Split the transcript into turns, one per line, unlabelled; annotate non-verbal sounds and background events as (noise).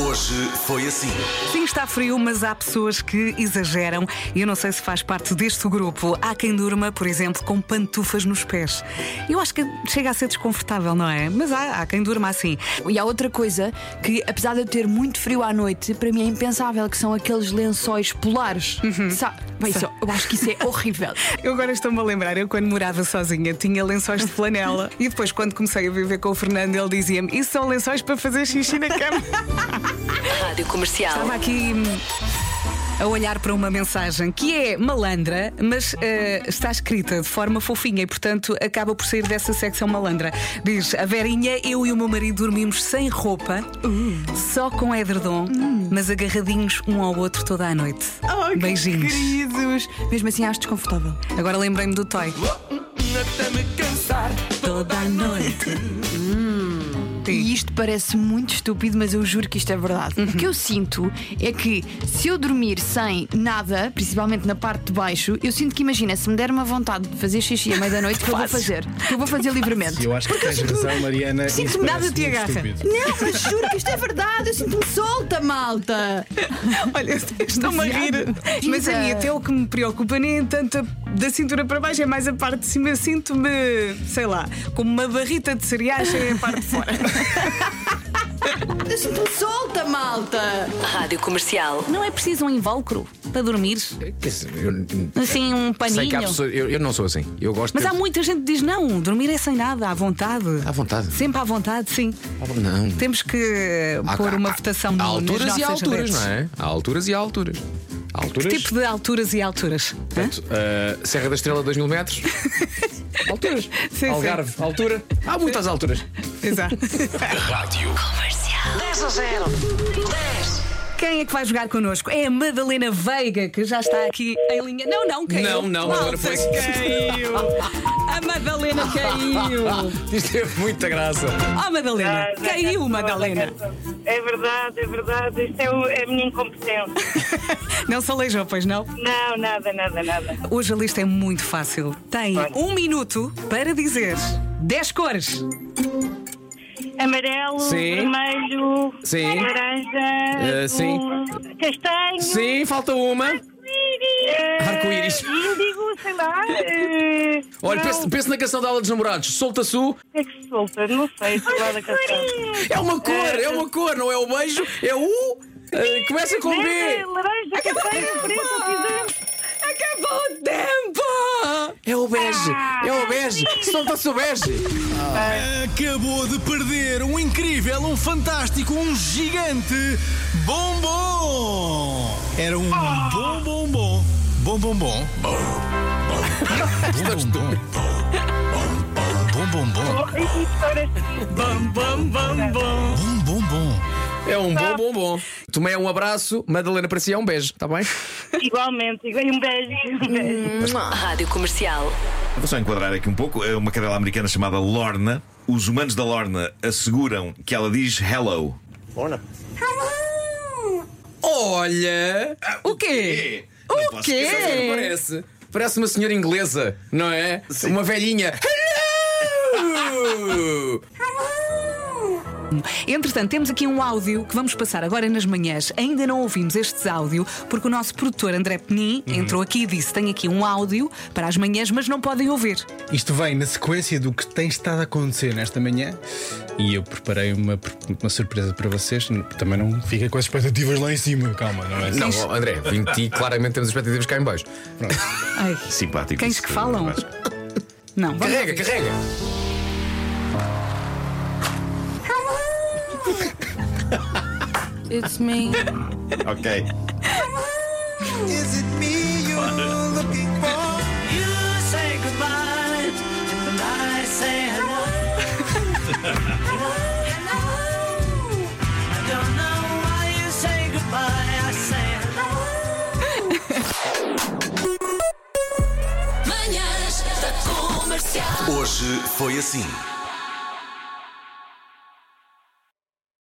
Hoje foi assim.
Sim, está frio, mas há pessoas que exageram e eu não sei se faz parte deste grupo. Há quem durma, por exemplo, com pantufas nos pés. Eu acho que chega a ser desconfortável, não é? Mas há, há quem durma assim.
E há outra coisa que, apesar de eu ter muito frio à noite, para mim é impensável, que são aqueles lençóis polares.
Uhum.
Sa- Bem, isso- eu acho que isso é
(laughs)
horrível.
Eu agora estou-me a lembrar, eu quando morava sozinha tinha lençóis de flanela e depois, quando comecei a viver com o Fernando, ele dizia-me: Isso são lençóis para fazer xixi na cama.
Rádio Comercial.
Estava aqui hum, a olhar para uma mensagem que é malandra, mas eh, está escrita de forma fofinha e, portanto, acaba por sair dessa secção malandra. Diz: A Verinha, eu e o meu marido dormimos sem roupa, só com edredom, mas agarradinhos um ao outro toda a noite.
Oh,
Beijinhos.
Queridos. Mesmo assim, acho desconfortável.
Agora lembrei-me do Toy. Toda a noite.
E isto parece muito estúpido, mas eu juro que isto é verdade. O
Uhum.
que eu sinto é que se eu dormir sem nada, principalmente na parte de baixo, eu sinto que, imagina, se me der uma vontade de fazer xixi à meia da noite, que eu vou fazer. Que eu vou fazer livremente.
Eu acho que tens razão, Mariana.
(laughs) sinto
isso
que
parece
nada te
muito
agarra.
estúpido.
Não, mas juro que isto é verdade. Eu sinto-me solta, malta.
(laughs) Olha, estão-me a rir.
Demasiado.
Mas a mim até o que me preocupa nem é tanto a- da cintura para baixo, é mais a parte de cima. Eu sinto-me, sei lá, como uma barrita de cereais sem a parte de (laughs) fora.
Eu sinto-me solta, malta.
Rádio Comercial.
Não é preciso um invólucro para dormir?
Quer dizer, eu-
Assim, um
Sei
paninho?
que há pessoas. Eu, eu não sou assim. Eu gosto
Mas
de.
há muita gente que diz: não, dormir é sem nada, à vontade.
À vontade.
Sempre à vontade, sim.
Não.
Temos que
Há-
pôr
há-
uma votação
Há
nas
alturas e há
nossas
alturas,
redes.
não é? Há alturas e há alturas. Há alturas.
Que tipo é? de alturas e alturas? Hã?
Portanto, eh, Serra da Estrela, 2 mil
(laughs)
metros. alturas.
sim.
Algarve, altura. Há muitas alturas.
(laughs) Exato.
Rádio.
Comercial. 10 a 0. 10.
Quem é que vai jogar connosco? É a Madalena Veiga, que já está aqui em linha. Não, não, caiu.
Não, não,
Malta,
agora foi-
caiu. (laughs) A Madalena caiu.
Isto teve muita graça.
Oh, Madalena,
Ah,
caiu,
já
Madalena.
estou, já estou. É verdade, é verdade. Isto é, o- é a minha incompetência.
Não se aleijou, pois não?
Não, nada, nada, nada.
Hoje a lista é muito fácil. Tem um minuto para dizer 10 cores.
Amarelo,
Sim.
vermelho,
Sim.
laranja,
Eh, sim.
azul, castanho,
Sim, falta uma.
eh,
Arco-íris.
Índigo, sei lá. eh,
Olha,
não,
pense, pense na canção da aula dos namorados. Solta-se o.
o que é que se solta? Não sei, sei lá da canção.
É uma cor, é uma cor, não é o beijo, é o. eh, começa com
Verde,
B.
laranja, castanho, preto, cinzento.
Acabou o tempo! Ah,
É o bege, é o bege. Solta-se o bege.
Acabou de perder um incrível, um fantástico, um gigante bombom! Era um
Ah!
bom bombom. Bom bombom. Bom
(laughs)
bombom. Bom bombom.
E histórias
Bom bombom.
É um bom, bom, bom. Tomei um abraço, Madalena para si é um beijo, está bem?
Igualmente, igual- um beijo. Um beijo.
Rádio Comercial.
Vou só enquadrar aqui um pouco. É uma cadela americana chamada Lorna. Os humanos da Lorna asseguram que ela diz hello.
Olha! é
O quê?
Não
O
posso esquecer.
quê?
Parece, parece uma senhora inglesa, não é? Uma velhinha. Hello!
Entretanto, temos aqui um áudio que vamos passar agora nas manhãs. Ainda não ouvimos este áudio porque o nosso produtor André Penin entrou aqui e disse: tem aqui um áudio para as manhãs, mas não podem ouvir.
Isto vem na sequência do que tem estado a acontecer nesta manhã e eu preparei uma, uma surpresa para vocês. Também não fiquem com as expectativas lá em cima, calma, não é?
Não, oh, André, vim de ti, claramente temos expectativas cá em baixo.
Ai,
Simpático.
Quem
isso,
que falam?
Vasco.
não, vamos
Carrega,
ouvir.
carrega!
It's me.
Ok.
Manhãs da Comercial.
Hoje foi assim.